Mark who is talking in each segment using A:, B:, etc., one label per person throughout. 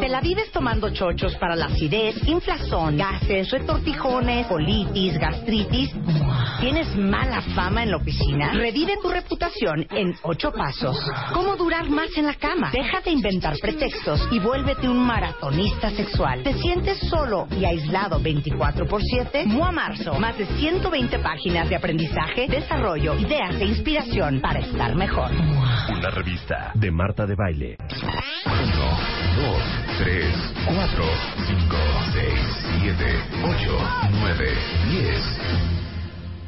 A: Te la vives tomando chochos para la acidez, inflazón, gases, retortijones, colitis, gastritis. ¿Tienes mala fama en la oficina? Revive tu reputación en ocho pasos. ¿Cómo durar más en la cama? Deja de inventar pretextos y vuélvete un maratonista sexual. ¿Te sientes solo y aislado 24 por 7? MOA Marzo. Más de 120 páginas de aprendizaje, desarrollo, ideas e inspiración para estar mejor.
B: Una revista de Marta de Baile. 1, 2, 3, 4, 5, 6, 7, 8, 9, 10.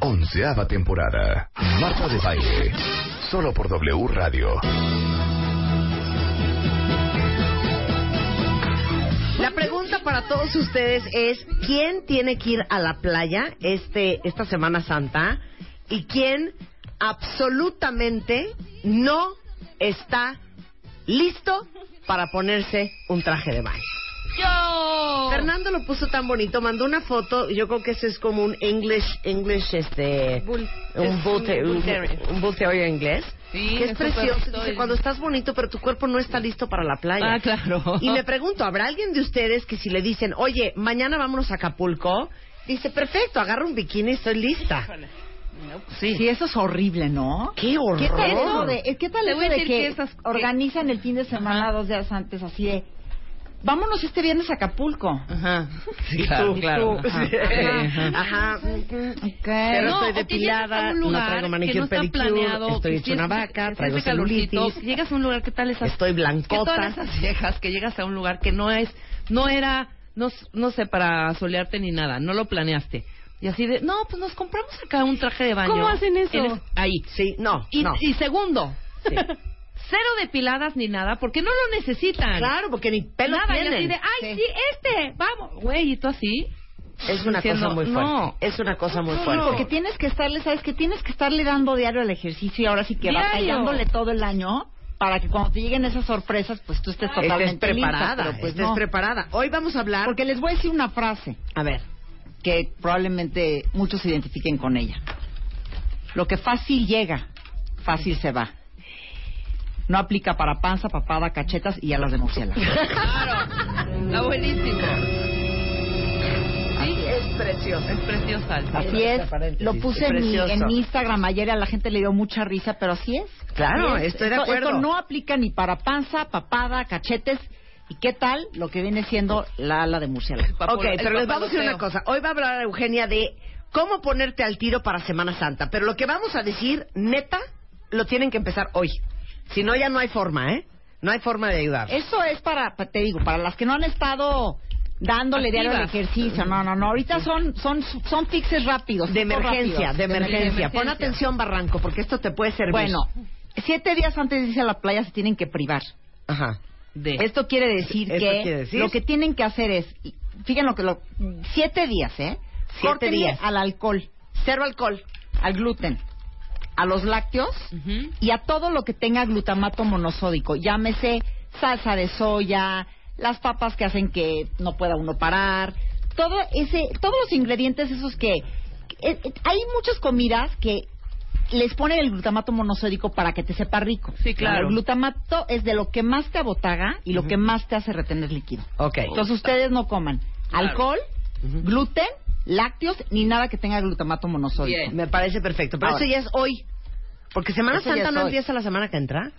B: Onceava temporada. Marta de Baile. Solo por W Radio.
A: La pregunta para todos ustedes es ¿quién tiene que ir a la playa este esta Semana Santa y quién absolutamente no está listo para ponerse un traje de baño?
C: Yo.
A: Fernando lo puso tan bonito, mandó una foto, yo creo que eso es como un English English este
C: Bull-
A: un
C: es
A: bull,
C: un
A: te-
C: bull
A: un-
C: terrier.
A: un bull terrier inglés.
C: Sí,
A: que es
C: me
A: precioso.
C: superestoy.
A: Dice, cuando estás bonito, pero tu cuerpo no está listo para la playa.
C: Ah, claro.
A: Y me pregunto, ¿habrá alguien de ustedes que si le dicen, oye, mañana vámonos a Acapulco? Dice, perfecto, agarro un bikini y estoy lista.
D: Sí. eso es horrible, ¿no?
A: ¡Qué horror!
D: ¿Qué tal eso de, es- ¿qué tal
C: Te
D: eso
C: voy a
D: de que,
C: decir que esas-
D: organizan el fin de semana dos días antes, así de, vámonos este viernes a Acapulco?
A: Ajá.
C: este Sí,
A: Y
C: claro,
A: tú, y
C: claro.
A: tú.
C: Ajá.
A: Sí.
C: Ajá.
A: Ajá. Pero
D: Ok.
C: No,
A: estoy
C: o que llegas
A: depilada,
C: a un
A: no
C: lugar
A: traigo manicure,
C: que no está
A: pedicure,
C: planeado,
A: estoy
C: que
A: hecha una
C: tienes-
A: vaca,
C: que
A: traigo
C: hace calorcito,
A: celulitis.
C: Llegas a un lugar, ¿qué tal esas?
A: Estoy
C: ¿Qué
A: blancota.
C: todas esas viejas que llegas a un lugar que no es, no era, no, s- no sé, para solearte ni nada, no lo planeaste. Y así de, no, pues nos compramos acá un traje de baño.
E: ¿Cómo hacen eso?
C: En ahí.
A: Sí, no,
C: Y,
A: no.
C: y segundo,
A: Sí.
C: cero depiladas ni nada, porque no lo necesitan.
A: Claro, porque ni pelo
C: nada, y así
A: tienen.
C: de, ay, sí, este, vamos, güey, y tú así.
A: Es una
C: diciendo,
A: cosa muy fuerte.
C: no.
A: Es una cosa muy
C: No,
A: fuerte.
D: Porque tienes que estarle, ¿sabes que Tienes que estarle dando diario al ejercicio y ahora sí que
C: Diario.
D: batallándole todo el año para que cuando te lleguen esas sorpresas, pues tú estés totalmente
A: estés
D: lista,
A: preparada,
D: pero pues
A: estés
D: no.
A: preparada. Hoy vamos a hablar.
D: Porque les voy a decir una frase
A: A ver,
D: que probablemente muchos se identifiquen con ella. Lo que fácil llega, fácil se va. No aplica para panza, papada, cachetas y alas de murciélago.
C: Claro, está buenísimo. Sí,
A: es preciosa.
C: es preciosa. Alfa.
D: Así es, lo puse en mi,
A: Precioso.
D: en mi Instagram ayer, a la gente le dio mucha risa, pero así es.
A: Claro,
D: Así es.
A: estoy de
D: Esto-
A: acuerdo.
D: Esto no aplica ni para panza, papada, cachetes y qué tal lo que viene siendo la ala de murciélago.
C: Papo-
A: ok,
C: el
A: pero les vamos a decir
C: papaloteo.
A: una cosa. Hoy va a hablar Eugenia de cómo ponerte al tiro para Semana Santa. Pero lo que vamos a decir, neta, lo tienen que empezar hoy. Si no, ya no hay forma, ¿eh? No hay forma de ayudar.
D: Eso es para, pa- te digo, para las que no han estado dándole diario al
C: Activas.
D: ejercicio. No, no, no. Ahorita son, son, son fixes rápidos.
A: De
D: fixes
A: emergencia,
D: rápidos.
A: de emergencia. Pon
C: emergencia.
A: atención, Barranco, porque esto te puede servir.
D: Bueno, siete días antes de irse a la playa se tienen que privar.
A: Ajá.
C: De.
D: Esto quiere decir
A: Esto
D: que
A: quiere decir-
D: lo que tienen que hacer es, fíjense lo que lo, siete días, ¿eh?
A: Siete
D: Córtenle
A: días.
D: al alcohol,
A: Cero alcohol.
D: al gluten, a los lácteos
C: Ujú.
D: y a todo lo que tenga glutamato monosódico. Llámese salsa de soya, las papas que hacen que no pueda uno parar, todo ese, todos los ingredientes esos que eh, eh, hay muchas comidas que les ponen el glutamato monosódico para que te sepa rico.
C: Sí, claro.
D: El glutamato es de lo que más te abotaga y lo que más te hace retener líquido.
A: Ok.
D: Entonces ustedes no coman
C: Claro.
D: alcohol,
A: Ujú.
D: gluten, lácteos ni nada que tenga glutamato monosódico.
C: Bien.
A: Me parece perfecto. Pero
D: Ahora.
A: eso ya es hoy. Porque Semana
D: Eso ya
A: Santa
D: es
A: no
D: hoy.
A: empieza la semana que entra.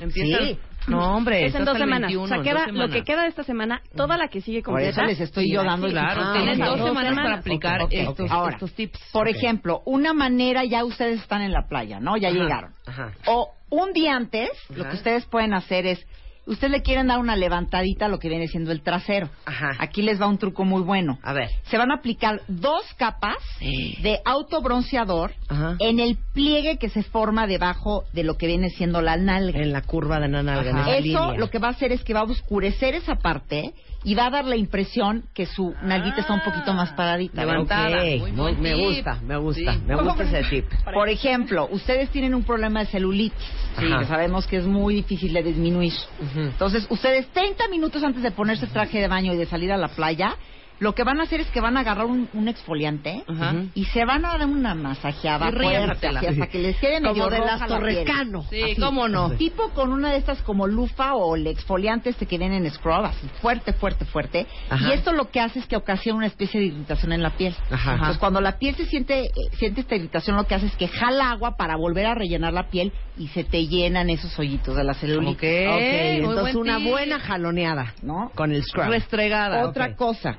C: Empieza-
A: Sí.
C: No, hombre,
E: es
C: está
E: en dos
C: hasta el
E: semanas.
C: 21,
E: o sea,
C: en
E: queda,
C: dos
E: lo que
C: semanas.
E: queda de esta semana, toda la que sigue
D: Por
E: completa.
D: eso les estoy yo dando el
C: Claro,
D: Ah,
C: tienen
D: ok.
C: dos
D: Dos
C: semanas para
E: semanas.
C: aplicar
D: Ok, ok.
C: Estos,
D: Ahora,
C: estos tips.
D: Por
A: Ok.
D: ejemplo, una manera, ya ustedes están en la playa, ¿no? Ya
A: Ajá,
D: llegaron.
A: ajá.
D: O un día antes, lo
A: Ajá.
D: que ustedes pueden hacer es, ustedes le quieren dar una levantadita a lo que viene siendo el trasero.
A: Ajá.
D: Aquí les va un truco muy bueno.
A: A ver.
D: Se van a aplicar dos capas
A: Sí.
D: de autobronceador
A: Ajá.
D: en el pliegue que se forma debajo de lo que viene siendo la nalga.
A: En la curva de Nanalga. en
D: Ajá.
A: esa
D: Eso
A: línea.
D: lo que va a hacer es que va a oscurecer esa parte y va a dar la impresión que su nalguita está un poquito más
A: Ah,
D: paradita.
C: Levanta- levantada.
A: Ok,
C: Muy
A: muy-
C: buen
A: me
C: tip.
A: gusta, me gusta,
C: Sí.
A: me gusta ese tip.
D: Por ejemplo, ustedes tienen un problema de celulitis,
A: Sí.
D: que sabemos que es muy difícil de disminuir.
A: Ujú.
D: Entonces, ustedes 30 minutos antes de ponerse el traje de baño y de salir a la playa, lo que van a hacer es que van a agarrar un, un exfoliante
C: Ajá.
D: y se van a dar una masajeada
C: Y ríasela.
D: fuerte, así, hasta que les quede medio
A: Como de
D: roja
A: las
D: la piel.
A: Torrescano.
C: Sí,
D: Así.
C: cómo no.
D: Tipo con una de estas como lufa o el exfoliante este que viene en scrub, así fuerte, fuerte, fuerte.
A: Ajá.
D: Y esto lo que hace es que ocasiona una especie de irritación en la piel.
A: Ajá.
D: Entonces, cuando la piel se siente, eh, siente esta irritación, lo que hace es que jala agua para volver a rellenar la piel y se te llenan esos hoyitos de la celulita.
C: Ok,
A: Ok,
D: eh,
C: muy
A: entonces
C: buen
A: una
C: tip.
A: buena jaloneada.
D: ¿No?
A: Con el scrub.
C: Pues, Restregada.
D: Otra
C: Ok.
D: cosa,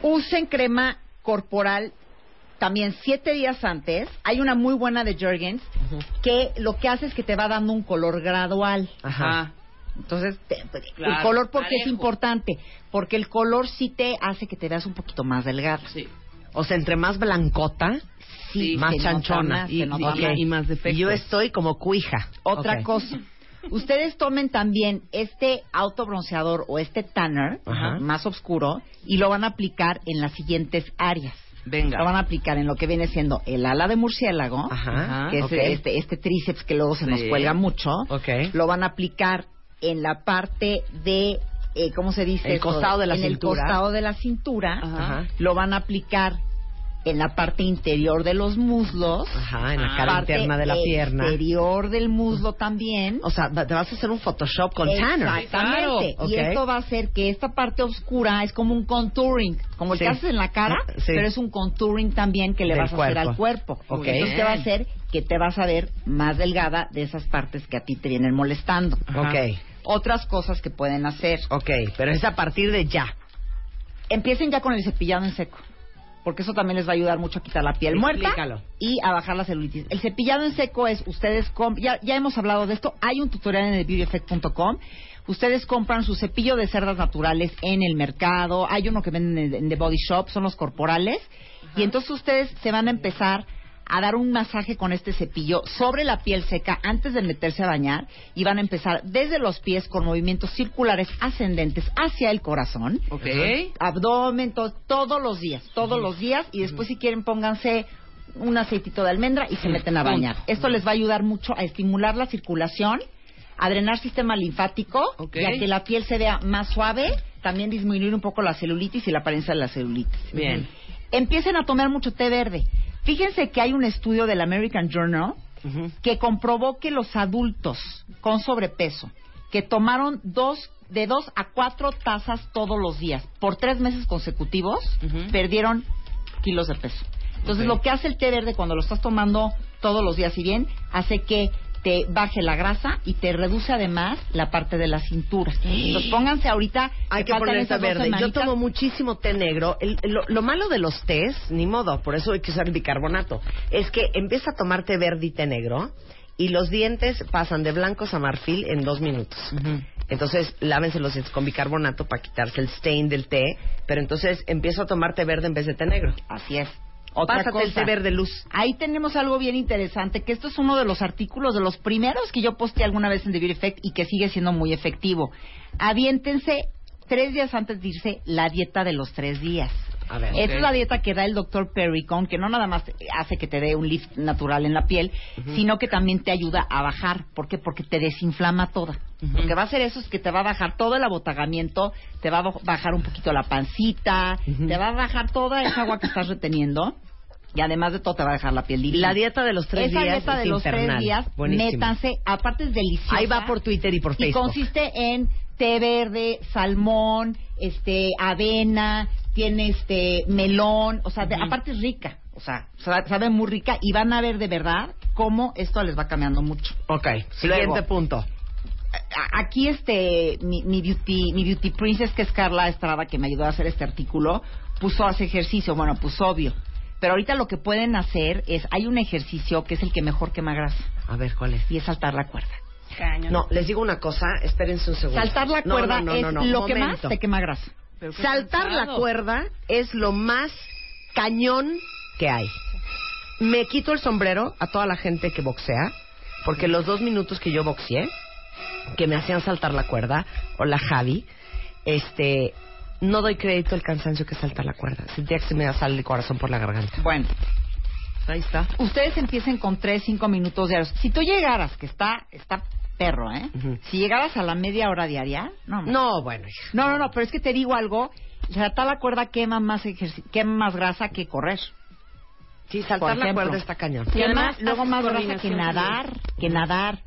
D: usen crema corporal también siete días antes. Hay una muy buena de Jergens que lo que hace es que te va dando un color gradual. Ah,
C: Ajá.
D: Entonces, te-
A: pues,
D: te- el
C: Claro,
D: color porque es
C: parejo.
D: importante, porque el color sí te hace que te veas un poquito más delgada.
C: Sí.
A: O sea, entre más blancota,
C: Sí,
A: más
D: se nota
A: chanchona.
D: más,
A: y,
D: se nota
A: ok.
C: más. Y más defectos.
A: Yo estoy como cuija.
D: Otra
A: Ok.
D: cosa. Ustedes tomen también este autobronceador o este tanner
A: Ajá.
D: más oscuro y lo van a aplicar en las siguientes áreas.
C: Venga.
D: Lo van a aplicar en lo que viene siendo el ala de murciélago,
A: Ajá.
D: que es
A: ok.
D: este, este tríceps que luego se nos
C: Sí.
D: cuelga mucho.
A: Ok.
D: Lo van a aplicar en la parte de, eh, ¿cómo se dice?
A: El
D: esto?
A: costado de la
D: en
A: cintura.
D: el costado de la cintura.
C: Ajá.
D: Lo van a aplicar en la parte interior de los muslos.
A: Ajá, en la
C: Ah.
A: cara
D: parte
A: interna de la pierna.
D: exterior del muslo también.
A: O sea, va- te vas a hacer un Photoshop con Tanner.
D: Exactamente.
A: Claro.
D: Y
A: Ok.
D: esto va a hacer que esta parte oscura es como un contouring, como el
A: Sí.
D: que haces en la cara,
A: Ah, sí.
D: pero es un contouring también que le
A: Del
D: vas a hacer al cuerpo.
A: Ok.
D: Entonces, ¿qué va a hacer? Que te vas a ver más delgada de esas partes que a ti te vienen molestando.
A: Ok,
D: Otras cosas que pueden hacer.
A: ok. Pero es a partir de ya.
D: Empiecen ya con el cepillado en seco, porque eso también les va a ayudar mucho a quitar la piel
A: Explícalo.
D: muerta y a bajar la celulitis. El cepillado en seco es, ustedes compran, ya, ya hemos hablado de esto, hay un tutorial en el beautyeffect.com. Ustedes compran su cepillo de cerdas naturales en el mercado, hay uno que venden en, en The Body Shop, son los corporales, y entonces ustedes se van a empezar a dar un masaje con este cepillo sobre la piel seca antes de meterse a bañar y van a empezar desde los pies con movimientos circulares ascendentes hacia el corazón
C: Ok.
D: abdomen, to- todos los días, todos los días, y después si quieren pónganse un aceitito de almendra y se meten a bañar. Esto les va a ayudar mucho a estimular la circulación, a drenar sistema linfático
C: Ok.
D: y a que la piel se vea más suave, también disminuir un poco la celulitis y la apariencia de la celulitis.
C: Bien.
D: Empiecen a tomar mucho té verde. Fíjense que hay un estudio del American Journal que comprobó que los adultos con sobrepeso que tomaron dos de dos a cuatro tazas todos los días por tres meses consecutivos
C: Ujú.
D: perdieron kilos de peso. Entonces
C: Ok.
D: lo que hace el té verde cuando lo estás tomando todos los días y bien hace que te baje la grasa y te reduce además la parte de la cintura. Entonces pónganse ahorita
A: Hay que
D: faltan
A: ponerse
D: esas dos
A: verde. Yo
D: semanitas.
A: tomo muchísimo té negro. El- lo, lo malo de los tés, ni modo, por eso hay que usar el bicarbonato, es que empieza a tomar té verde y té negro y los dientes pasan de blancos a marfil en dos minutos. Entonces, lávense los dientes con bicarbonato para quitarse el stain del té, pero entonces empiezo a tomar té verde en vez de té negro.
D: Así es.
A: Pásate el té verde luz.
D: Ahí tenemos algo bien interesante, que esto es uno de los artículos, de los primeros que yo posté alguna vez en The Beauty Effect y que sigue siendo muy efectivo. Aviéntense tres días antes de irse la dieta de los tres días.
A: A ver.
D: Esta es la dieta que da el doctor Perricone, que no nada más hace que te dé un lift natural en la piel, sino que también te ayuda a bajar. ¿Por qué? Porque te desinflama toda. Lo que va a hacer eso es que te va a bajar todo el abotagamiento, te va a baj- bajar un poquito la pancita, te va a bajar toda esa agua que estás reteniendo y además de todo te va a dejar la piel divina.
A: La dieta de los tres
D: Esa
A: días
D: dieta de
A: es
D: los tres
A: infernal.
D: días,
A: Buenísimo.
D: métanse, aparte es deliciosa.
A: Ahí va por Twitter y por
D: Y
A: Facebook.
D: consiste en té verde, salmón, este, avena, tiene este melón, o sea, de- aparte es rica, o sea, sa- sabe muy rica y van a ver de verdad cómo esto les va cambiando mucho.
A: Ok, siguiente
D: Luego.
A: punto.
D: A- Aquí este mi, mi beauty mi beauty princess que es Carla Estrada que me ayudó a hacer este artículo puso hace ejercicio, bueno, pues obvio. Pero ahorita lo que pueden hacer es hay un ejercicio que es el que mejor quema grasa
A: A ver, ¿cuál es?
D: y es saltar la cuerda.
E: Cañón.
A: No, les digo una cosa, espérense un segundo.
D: Saltar la
A: No,
D: cuerda
A: no, no, no, no,
D: es lo que más
A: momento.
D: te quema grasa.
C: Pero qué
A: Saltar la
C: cansado.
A: cuerda es lo más cañón que hay. Me quito el sombrero a toda la gente que boxea, porque los dos minutos que yo boxeé, que me hacían saltar la cuerda, o la Javi, este, no doy crédito al cansancio que es saltar la cuerda. Sentía que se me iba a salir el corazón por la garganta.
D: Bueno,
A: Ahí está.
D: ustedes empiecen con 3, 5 minutos diarios. Si tú llegaras, que está, está perro, ¿eh?
A: Ujú.
D: Si llegaras a la media hora diaria, no, no,
A: No, bueno, hija.
D: no, no, pero es que te digo algo, saltar la cuerda quema más, ejerci- quema más grasa que correr.
A: Sí,
D: Por
A: saltar la
D: ejemplo.
A: cuerda está cañón.
D: Y
E: Y
D: además,
E: además
D: luego
E: haces
D: más grasa que
E: coordinación
D: nadar, que nadar.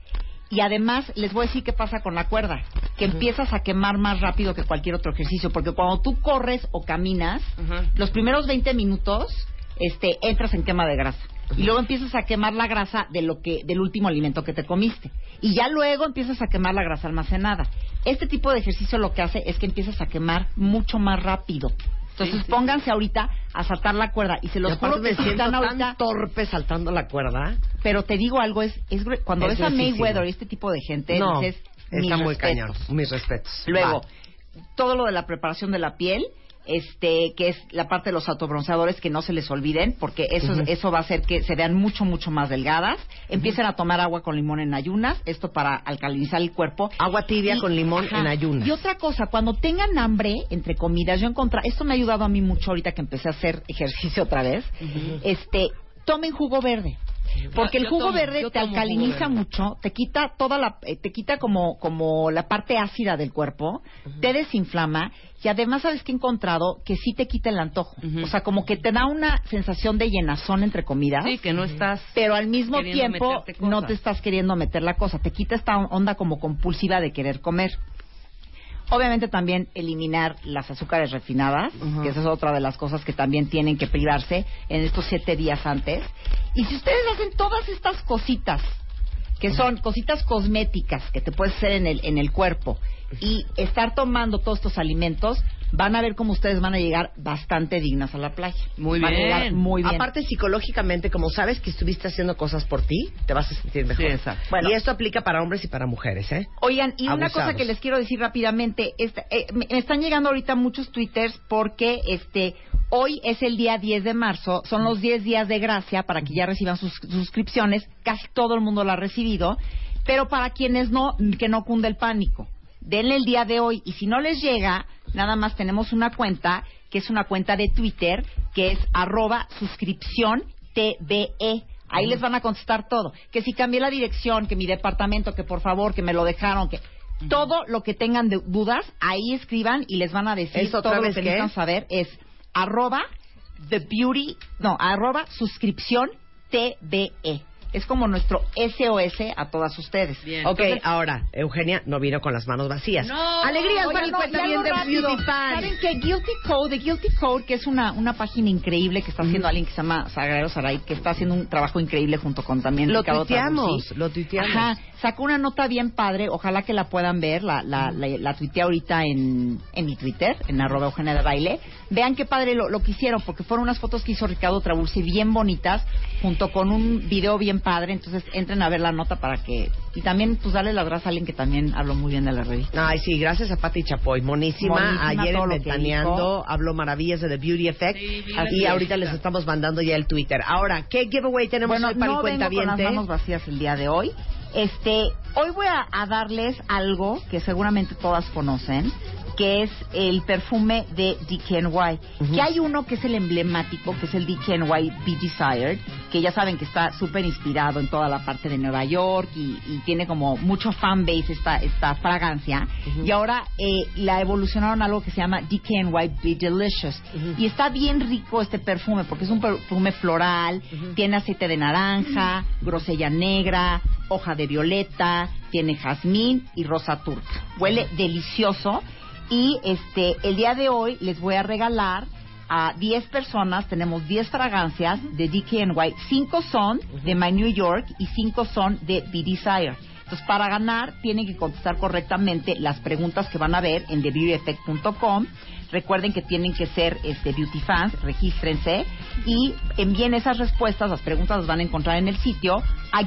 D: Y además, les voy a decir qué pasa con la cuerda, que empiezas a quemar más rápido que cualquier otro ejercicio, porque cuando tú corres o caminas,
C: Ajá.
D: los primeros 20 minutos este, entras en quema de grasa. Y luego empiezas a quemar la grasa de lo que, del último alimento que te comiste. Y ya luego empiezas a quemar la grasa almacenada. Este tipo de ejercicio lo que hace es que empiezas a quemar mucho más rápido. Entonces
C: Sí, sí.
D: pónganse ahorita a saltar la cuerda. Y se
A: Y
D: los
A: aparte
D: juro que
A: me
D: si
A: siento
D: están
A: tan
D: ahorita...
A: torpe saltando la cuerda.
D: Pero te digo algo, es, es gru- cuando
A: Es
D: ves a
A: gruesísimo.
D: Mayweather y este tipo de gente,
A: no,
D: dices,
A: está
D: "Mis
A: muy cañón.
D: respetos".
A: Mis respetos.
D: Luego,
A: Va.
D: todo lo de la preparación de la piel, este, que es la parte de los autobronceadores que no se les olviden, porque eso,
A: Ujú.
D: eso va a hacer que se vean mucho, mucho más delgadas. Empiecen a tomar agua con limón en ayunas, esto para alcalinizar el cuerpo.
A: agua tibia
D: Y-
A: con limón
D: ajá.
A: en ayunas.
D: Y otra cosa, cuando tengan hambre entre comidas, yo encontré, esto me ha ayudado a mí mucho ahorita que empecé a hacer ejercicio otra vez, este, tomen jugo verde. Porque el
C: Ah, Yo
D: jugo
C: tomo,
D: verde
C: yo
D: te
C: tomo jugo
D: alcaliniza
C: verde.
D: mucho, te quita toda la, eh, te quita como, como la parte ácida del cuerpo, te desinflama y además sabes que he encontrado que sí te quita el antojo.
C: Ujú.
D: O sea, como que te da una sensación de llenazón entre comidas
C: Sí, que no estás.
D: pero al mismo
C: queriendo
D: tiempo
C: meterte cosas.
D: no te estás queriendo meter la cosa, te quita esta onda como compulsiva de querer comer. Obviamente también eliminar las azúcares refinadas,
A: Ujú.
D: que esa es otra de las cosas que también tienen que privarse en estos siete días antes. Y si ustedes hacen todas estas cositas, que son cositas cosméticas que te puedes hacer en el, en el cuerpo, y estar tomando todos estos alimentos, van a ver cómo ustedes van a llegar bastante dignas a la playa.
C: Muy
D: Van a
C: bien.
D: llegar muy bien.
A: Aparte, psicológicamente, como sabes que estuviste haciendo cosas por ti, te vas a sentir mejor.
C: Sí, exacto.
A: Bueno,
D: Bueno.
A: y esto aplica para hombres y para mujeres, ¿eh?
D: Oigan, y una
A: Abusados.
D: cosa que les quiero decir rápidamente, esta- eh, me me están llegando ahorita muchos twitters porque este hoy es el día 10 de marzo, son los 10 días de gracia para que ya reciban sus sus suscripciones, casi todo el mundo la ha recibido, pero para quienes no, que no cunde el pánico. Denle el día de hoy y si no les llega, nada más tenemos una cuenta que es una cuenta de Twitter que es arroba suscripción E. TVE. Ahí les van a contestar todo. Que si cambié la dirección, que mi departamento, que por favor, que me lo dejaron, que todo lo que tengan de- dudas, ahí escriban y les van a decir
A: ¿Es otra
D: todo lo
A: vez
D: que
A: qué?
D: necesitan saber. Es arroba the beauty, no, arroba suscripción TVE. Es como nuestro SOS a todas ustedes.
C: Bien.
A: ok,
C: Entonces-
A: ahora, Eugenia no vino con las manos vacías.
C: No,
A: Alegrías,
D: Oigan,
A: van Oh, y
D: no,
A: cuenta
D: y
A: bien
D: algo
A: de
D: rápido.
A: Beauty Pan.
D: ¿Saben qué? Guilty Code, de Guilty Code, que es una, una página increíble que está haciendo alguien que se llama Sagrado Saray, que está haciendo un trabajo increíble junto con también
A: Lo
D: Ricardo
A: tuiteamos,
D: Trabuzzi.
A: lo tuiteamos.
D: Ajá, sacó una nota bien padre, ojalá que la puedan ver, la, la, la, la tuiteé ahorita en, en mi Twitter, en arroba Eugenia de Baile. Vean qué padre lo, lo que hicieron, porque fueron unas fotos que hizo Ricardo Trabulsi bien bonitas, junto con un video bien padre, entonces entren a ver la nota para que... Y también, pues, darle las gracias a alguien que también habló muy bien de la revista.
A: Ay, sí, gracias a Pati Chapoy, monísima.
D: Monísima,
A: Ayer
D: todo
A: en
D: lo que
A: Ventaneando
D: dijo.
A: habló maravillas de The Beauty Effect.
C: Sí, vi la
A: y
C: entrevista.
A: ahorita les estamos mandando ya el Twitter. Ahora, ¿qué giveaway tenemos
D: Bueno,
A: hoy para
D: no
A: el
D: vengo con las
A: cuentaviente?
D: manos vacías el día de hoy. Este, hoy voy a, a darles algo que seguramente todas conocen, que es el perfume de DKNY.
A: Ujú.
D: Que hay uno que es el emblemático, que es el DKNY Be Desired, que ya saben que está súper inspirado en toda la parte de Nueva York y, y tiene como mucho fan base esta, esta fragancia.
A: Ujú.
D: Y ahora eh, la evolucionaron a algo que se llama DKNY Be Delicious.
A: Ujú.
D: Y está bien rico este perfume porque es un perfume floral,
A: Ujú.
D: tiene aceite de naranja, grosella negra, hoja de violeta, tiene jazmín y rosa turca. Huele delicioso y este el día de hoy les voy a regalar a 10 personas, tenemos 10 fragancias de DKNY, 5 son de My New York y 5 son de Be Desire. Entonces, para ganar, tienen que contestar correctamente las preguntas que van a ver en TheBeautyEffect.com. Recuerden que tienen que ser este, beauty fans, regístrense y envíen esas respuestas, las preguntas las van a encontrar en el sitio a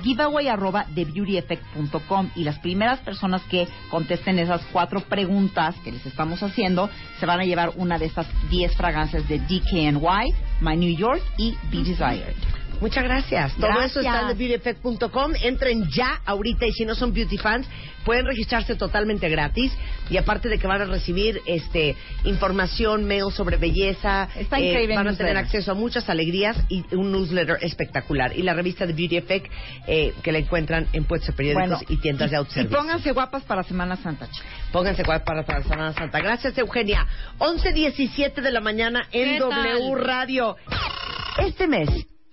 D: giveaway.thebeautyeffect.com y las primeras personas que contesten esas cuatro preguntas que les estamos haciendo se van a llevar una de estas 10 fragancias de DKNY, My New York y Be Desired.
A: Muchas gracias. Todo
D: Gracias.
A: eso está en beautyeffect.com. Entren ya ahorita y si no son beauty fans, pueden registrarse totalmente gratis. Y aparte de que van a recibir este información, mail sobre belleza, eh,
D: Está increíble el
A: van a tener
D: newsletter.
A: acceso a muchas alegrías y un newsletter espectacular. Y la revista de Beauty Effect eh, que la encuentran en puestos periódicos y tiendas de
D: Y
A: autoservicio.
D: pónganse guapas para Semana Santa, chicas.
A: Pónganse cuál para, para Semana Santa. Gracias, Eugenia. 11.17 de la mañana en
C: ¿Qué tal?
A: W Radio. Este mes.